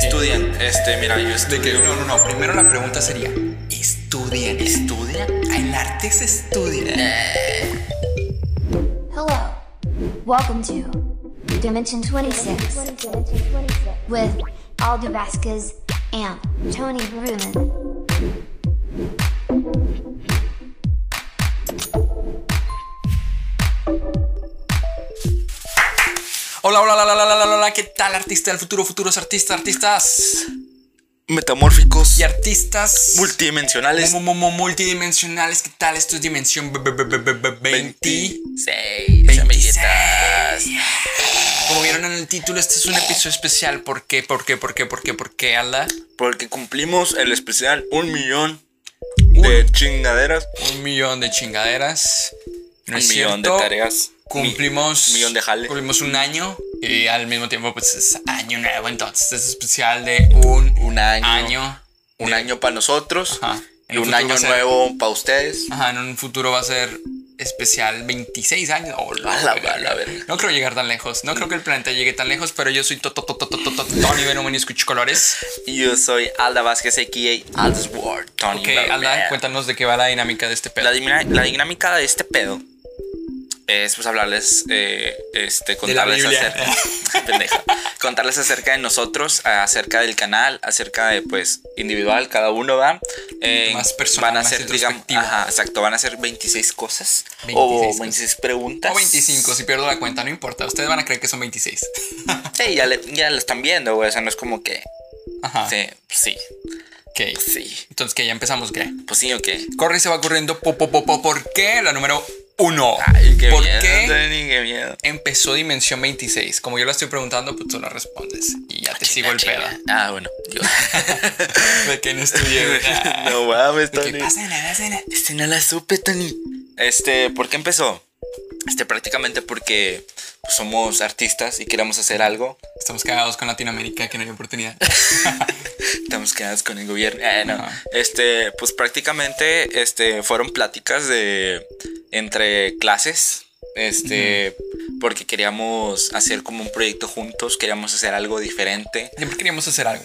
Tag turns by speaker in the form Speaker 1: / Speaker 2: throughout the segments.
Speaker 1: Estudien. Este, mira, yo
Speaker 2: De que
Speaker 1: estudio.
Speaker 2: no, no, no. Primero la pregunta sería: ¿estudian? Ah,
Speaker 1: ¿Estudia? Eh.
Speaker 2: El arte se estudia.
Speaker 3: Hello. Welcome to Dimension 26 with Aldo Vasquez and Tony Bruman.
Speaker 2: Hola, hola, hola, hola, hola, hola, hola. ¿Qué tal, artista del futuro, futuros artistas, artistas
Speaker 1: Metamórficos.
Speaker 2: y artistas
Speaker 1: multidimensionales.
Speaker 2: mu- mu- mu- multidimensionales? ¿Qué tal? Esto es dimensión b- b- b- b- b- 20.
Speaker 1: 26 amiguitas.
Speaker 2: Como vieron en el título, este es un episodio especial. ¿Por qué? ¿Por qué? ¿Por qué? ¿Por qué? ¿Por qué, Alda?
Speaker 1: Porque cumplimos el especial un millón de chingaderas.
Speaker 2: Un millón de chingaderas. ¿No es
Speaker 1: un millón
Speaker 2: cierto?
Speaker 1: de tareas.
Speaker 2: Cumplimos.
Speaker 1: Un millón de jale.
Speaker 2: Cumplimos un año. Y al mismo tiempo, pues es año nuevo. Entonces es especial de un,
Speaker 1: Un año.
Speaker 2: año.
Speaker 1: Un año para nosotros.
Speaker 2: Ajá.
Speaker 1: Y
Speaker 2: En
Speaker 1: un
Speaker 2: futuro va
Speaker 1: año
Speaker 2: a ser-
Speaker 1: nuevo para ustedes.
Speaker 2: Ajá, en un futuro va a ser especial 26 años. Oh, la
Speaker 1: A la
Speaker 2: verga.
Speaker 1: verga, verga.
Speaker 2: No creo llegar tan lejos. No creo que el planeta llegue tan lejos, pero yo soy Toto Toto Toto Toto Tony Venom y escucho colores.
Speaker 1: Y yo soy Alda Vázquez, a.k.a. Alda's World. Tony
Speaker 2: Ok,
Speaker 1: Bauer.
Speaker 2: Alda, cuéntanos de qué va la dinámica de este
Speaker 1: La,
Speaker 2: pedo.
Speaker 1: dimina- la dinámica de este pedo es pues hablarles, eh, este, contarles
Speaker 2: Biblia.
Speaker 1: acerca, pendeja. contarles acerca de nosotros, acerca del canal, acerca de pues individual, cada uno va. Eh,
Speaker 2: Más personal,
Speaker 1: van a
Speaker 2: más
Speaker 1: ser, digamos,
Speaker 2: introspectiva.
Speaker 1: ajá, exacto, van a ser 26 cosas
Speaker 2: 26
Speaker 1: o
Speaker 2: cosas.
Speaker 1: 26 preguntas.
Speaker 2: O 25, si pierdo la cuenta, no importa. Ustedes van a creer que son 26.
Speaker 1: Sí, ya, le- ya lo están viendo, güey, o sea, no es como que,
Speaker 2: Ajá.
Speaker 1: sí, pues sí, pues
Speaker 2: Ok.
Speaker 1: sí,
Speaker 2: Entonces, que ya empezamos, ¿qué?
Speaker 1: pues sí o qué.
Speaker 2: Corre y se va corriendo. Po, po, po, po, ¿Por qué? La número uno.
Speaker 1: Ay, qué
Speaker 2: ¿Por
Speaker 1: miedo,
Speaker 2: qué
Speaker 1: Tony, qué miedo.
Speaker 2: empezó Dimensión 26? Como yo la estoy preguntando, pues tú la respondes. Y ya te sigo el pedo.
Speaker 1: Ah, bueno, yo.
Speaker 2: De que no estudié. ¿verdad?
Speaker 1: no mames,
Speaker 2: De que
Speaker 1: Tony.
Speaker 2: pásala, pásala.
Speaker 1: Este no la supe, Tony. Este, ¿por qué empezó? Este, prácticamente porque pues, somos artistas y queremos hacer algo.
Speaker 2: Estamos cagados con Latinoamérica, que no hay oportunidad.
Speaker 1: Estamos quedados con el gobierno. Eh, no.
Speaker 2: Ajá.
Speaker 1: Este, pues prácticamente este, fueron pláticas de entre clases. Este, porque queríamos hacer como un proyecto juntos, queríamos hacer algo diferente.
Speaker 2: Siempre queríamos hacer algo.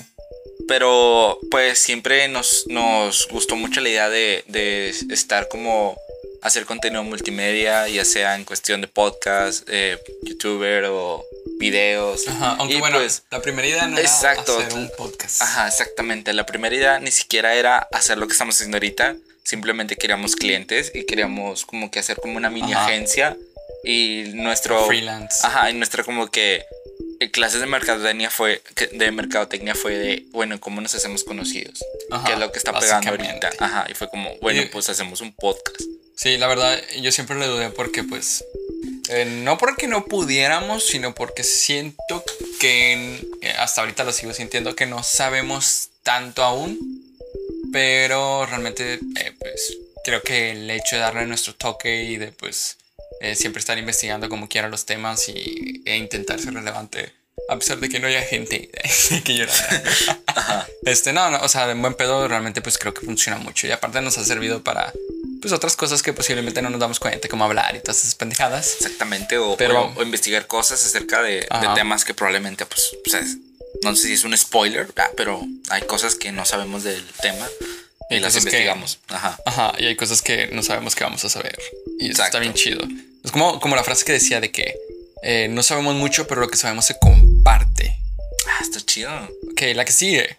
Speaker 1: Pero pues siempre nos, nos gustó mucho la idea de, de estar como hacer contenido multimedia, ya sea en cuestión de podcast, eh, youtuber o videos.
Speaker 2: Ajá, aunque
Speaker 1: Y,
Speaker 2: bueno,
Speaker 1: pues,
Speaker 2: la primera idea no era
Speaker 1: exacto.
Speaker 2: hacer un podcast.
Speaker 1: ajá, exactamente. La primera idea ni siquiera era hacer lo que estamos haciendo ahorita. Simplemente queríamos clientes y queríamos como que hacer como una mini
Speaker 2: Ajá.
Speaker 1: agencia y nuestro
Speaker 2: Freelance.
Speaker 1: Ajá, y nuestra como que eh, clases de mercadotecnia fue que- de mercadotecnia fue de, bueno, ¿cómo nos hacemos conocidos?
Speaker 2: Ajá,
Speaker 1: que es lo que está pegando
Speaker 2: básicamente.
Speaker 1: ahorita. Ajá, y fue como, bueno,
Speaker 2: Y-
Speaker 1: pues hacemos un podcast.
Speaker 2: Sí, la verdad, yo siempre le dudé porque, pues, eh, no porque no pudiéramos, sino porque siento que, eh, hasta ahorita lo sigo sintiendo, que no sabemos tanto aún, pero realmente, eh, pues, creo que el hecho de darle nuestro toque y de, pues, eh, siempre estar investigando como quiera los temas y, e intentar ser relevante, a pesar de que no haya gente que llorara. Este, no, no, o sea, de buen pedo realmente pues creo que funciona mucho y aparte nos ha servido para pues otras cosas que posiblemente no nos damos cuenta, como hablar y todas esas pendejadas.
Speaker 1: Exactamente, o,
Speaker 2: Pero-
Speaker 1: o- o investigar cosas acerca de, de
Speaker 2: Ajá.
Speaker 1: temas que probablemente, pues, o sea, no sé si es un spoiler, ah, pero hay cosas que no sabemos del tema y,
Speaker 2: Y
Speaker 1: las
Speaker 2: cosas que-
Speaker 1: investigamos. Ajá.
Speaker 2: Ajá, y hay cosas que no sabemos que vamos a saber. Y eso
Speaker 1: Exacto.
Speaker 2: está bien chido. Es como, como la frase que decía de que eh, no sabemos mucho, pero lo que sabemos se comparte.
Speaker 1: Ah, está chido.
Speaker 2: Ok, la que sigue.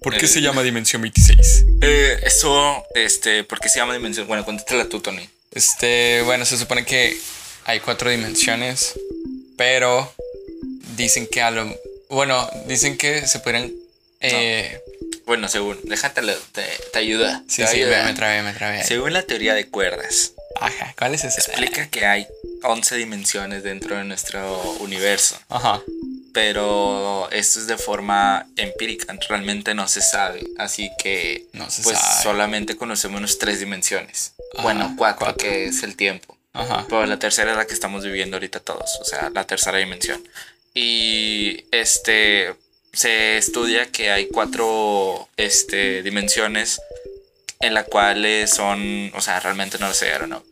Speaker 2: ¿Por qué
Speaker 1: Eh.
Speaker 2: se llama Dimensión 26?
Speaker 1: Eh, eso, este, ¿por qué se llama dimensión? Bueno, contéstala tú, Tony.
Speaker 2: Este, bueno, se supone que hay cuatro dimensiones, pero dicen que a lo... Bueno, dicen que se podrían... eh,
Speaker 1: Bueno, según, déjate, lo- te, te ayuda.
Speaker 2: Sí,
Speaker 1: te
Speaker 2: sí,
Speaker 1: ayuda.
Speaker 2: me, me trabé, me trabé.
Speaker 1: Según la teoría de cuerdas,
Speaker 2: Ajá, ¿cuál es esa?
Speaker 1: explica que hay 11 dimensiones dentro de nuestro universo,
Speaker 2: Ajá.
Speaker 1: pero esto es de forma empírica, realmente no se sabe, así que
Speaker 2: No se
Speaker 1: pues
Speaker 2: sabe.
Speaker 1: solamente conocemos unas tres dimensiones,
Speaker 2: Ajá,
Speaker 1: bueno, cuatro,
Speaker 2: cuatro.
Speaker 1: que es el tiempo,
Speaker 2: Ajá.
Speaker 1: pero la tercera es la que estamos viviendo ahorita todos, o sea, la tercera dimensión. Y este se estudia que hay cuatro este, dimensiones en las cuales son, o sea, realmente no lo sé, ahora no.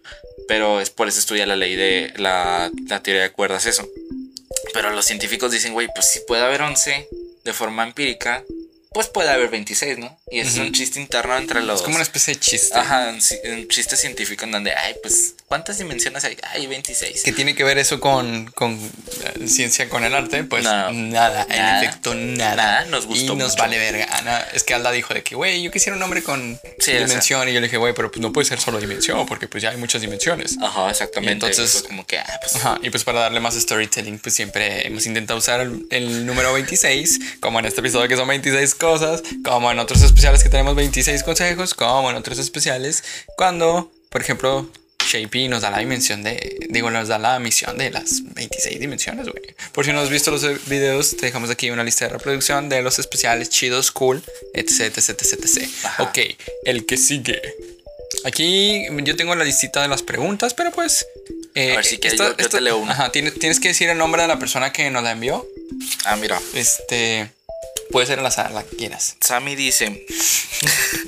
Speaker 1: Pero es por eso estudia la ley de la, la teoría de cuerdas eso. Pero los científicos dicen, güey, pues si puede haber 11, de forma empírica, pues puede haber 26, ¿no? Y es un chiste interno entre los...
Speaker 2: Es como una especie de chiste.
Speaker 1: Ajá, un, ci- un chiste científico en donde, ay, pues, ¿cuántas dimensiones hay? Ay, 26.
Speaker 2: ¿Qué tiene que ver eso con, con eh, ciencia, con el arte? Pues
Speaker 1: No.
Speaker 2: nada,
Speaker 1: Nada.
Speaker 2: en efecto, nada.
Speaker 1: Nada, nos gustó
Speaker 2: Y nos
Speaker 1: mucho.
Speaker 2: vale verga. Ah, no, es que Alda dijo de que, güey, yo quisiera un hombre con
Speaker 1: Sí,
Speaker 2: dimensión. Y yo le dije, güey, pero pues no puede ser solo dimensión, porque pues ya hay muchas dimensiones.
Speaker 1: Ajá, exactamente.
Speaker 2: Y entonces-
Speaker 1: Fue como que, ah, pues,
Speaker 2: Ajá, y pues para darle más storytelling, pues siempre hemos intentado usar el, el número 26, como en este episodio que son 26 cosas, como en otros especiales que tenemos 26 consejos, como en otros especiales, cuando, por ejemplo, Shapey nos da la dimensión de, digo, nos da la misión de las 26 dimensiones, güey. Por si no has visto los eh, videos, te dejamos aquí una lista de reproducción de los especiales chidos, cool, etc, etc, etc, etc.
Speaker 1: Ajá.
Speaker 2: Ok, el que sigue. Aquí yo tengo la listita de las preguntas, pero pues... eh,
Speaker 1: A ver, si quieres, yo- yo te leo una.
Speaker 2: Ajá, tienes, tienes que decir el nombre de la persona que nos la envió.
Speaker 1: ah, mira.
Speaker 2: Este... Puede ser al azar, la que quieras.
Speaker 1: Sammy dice,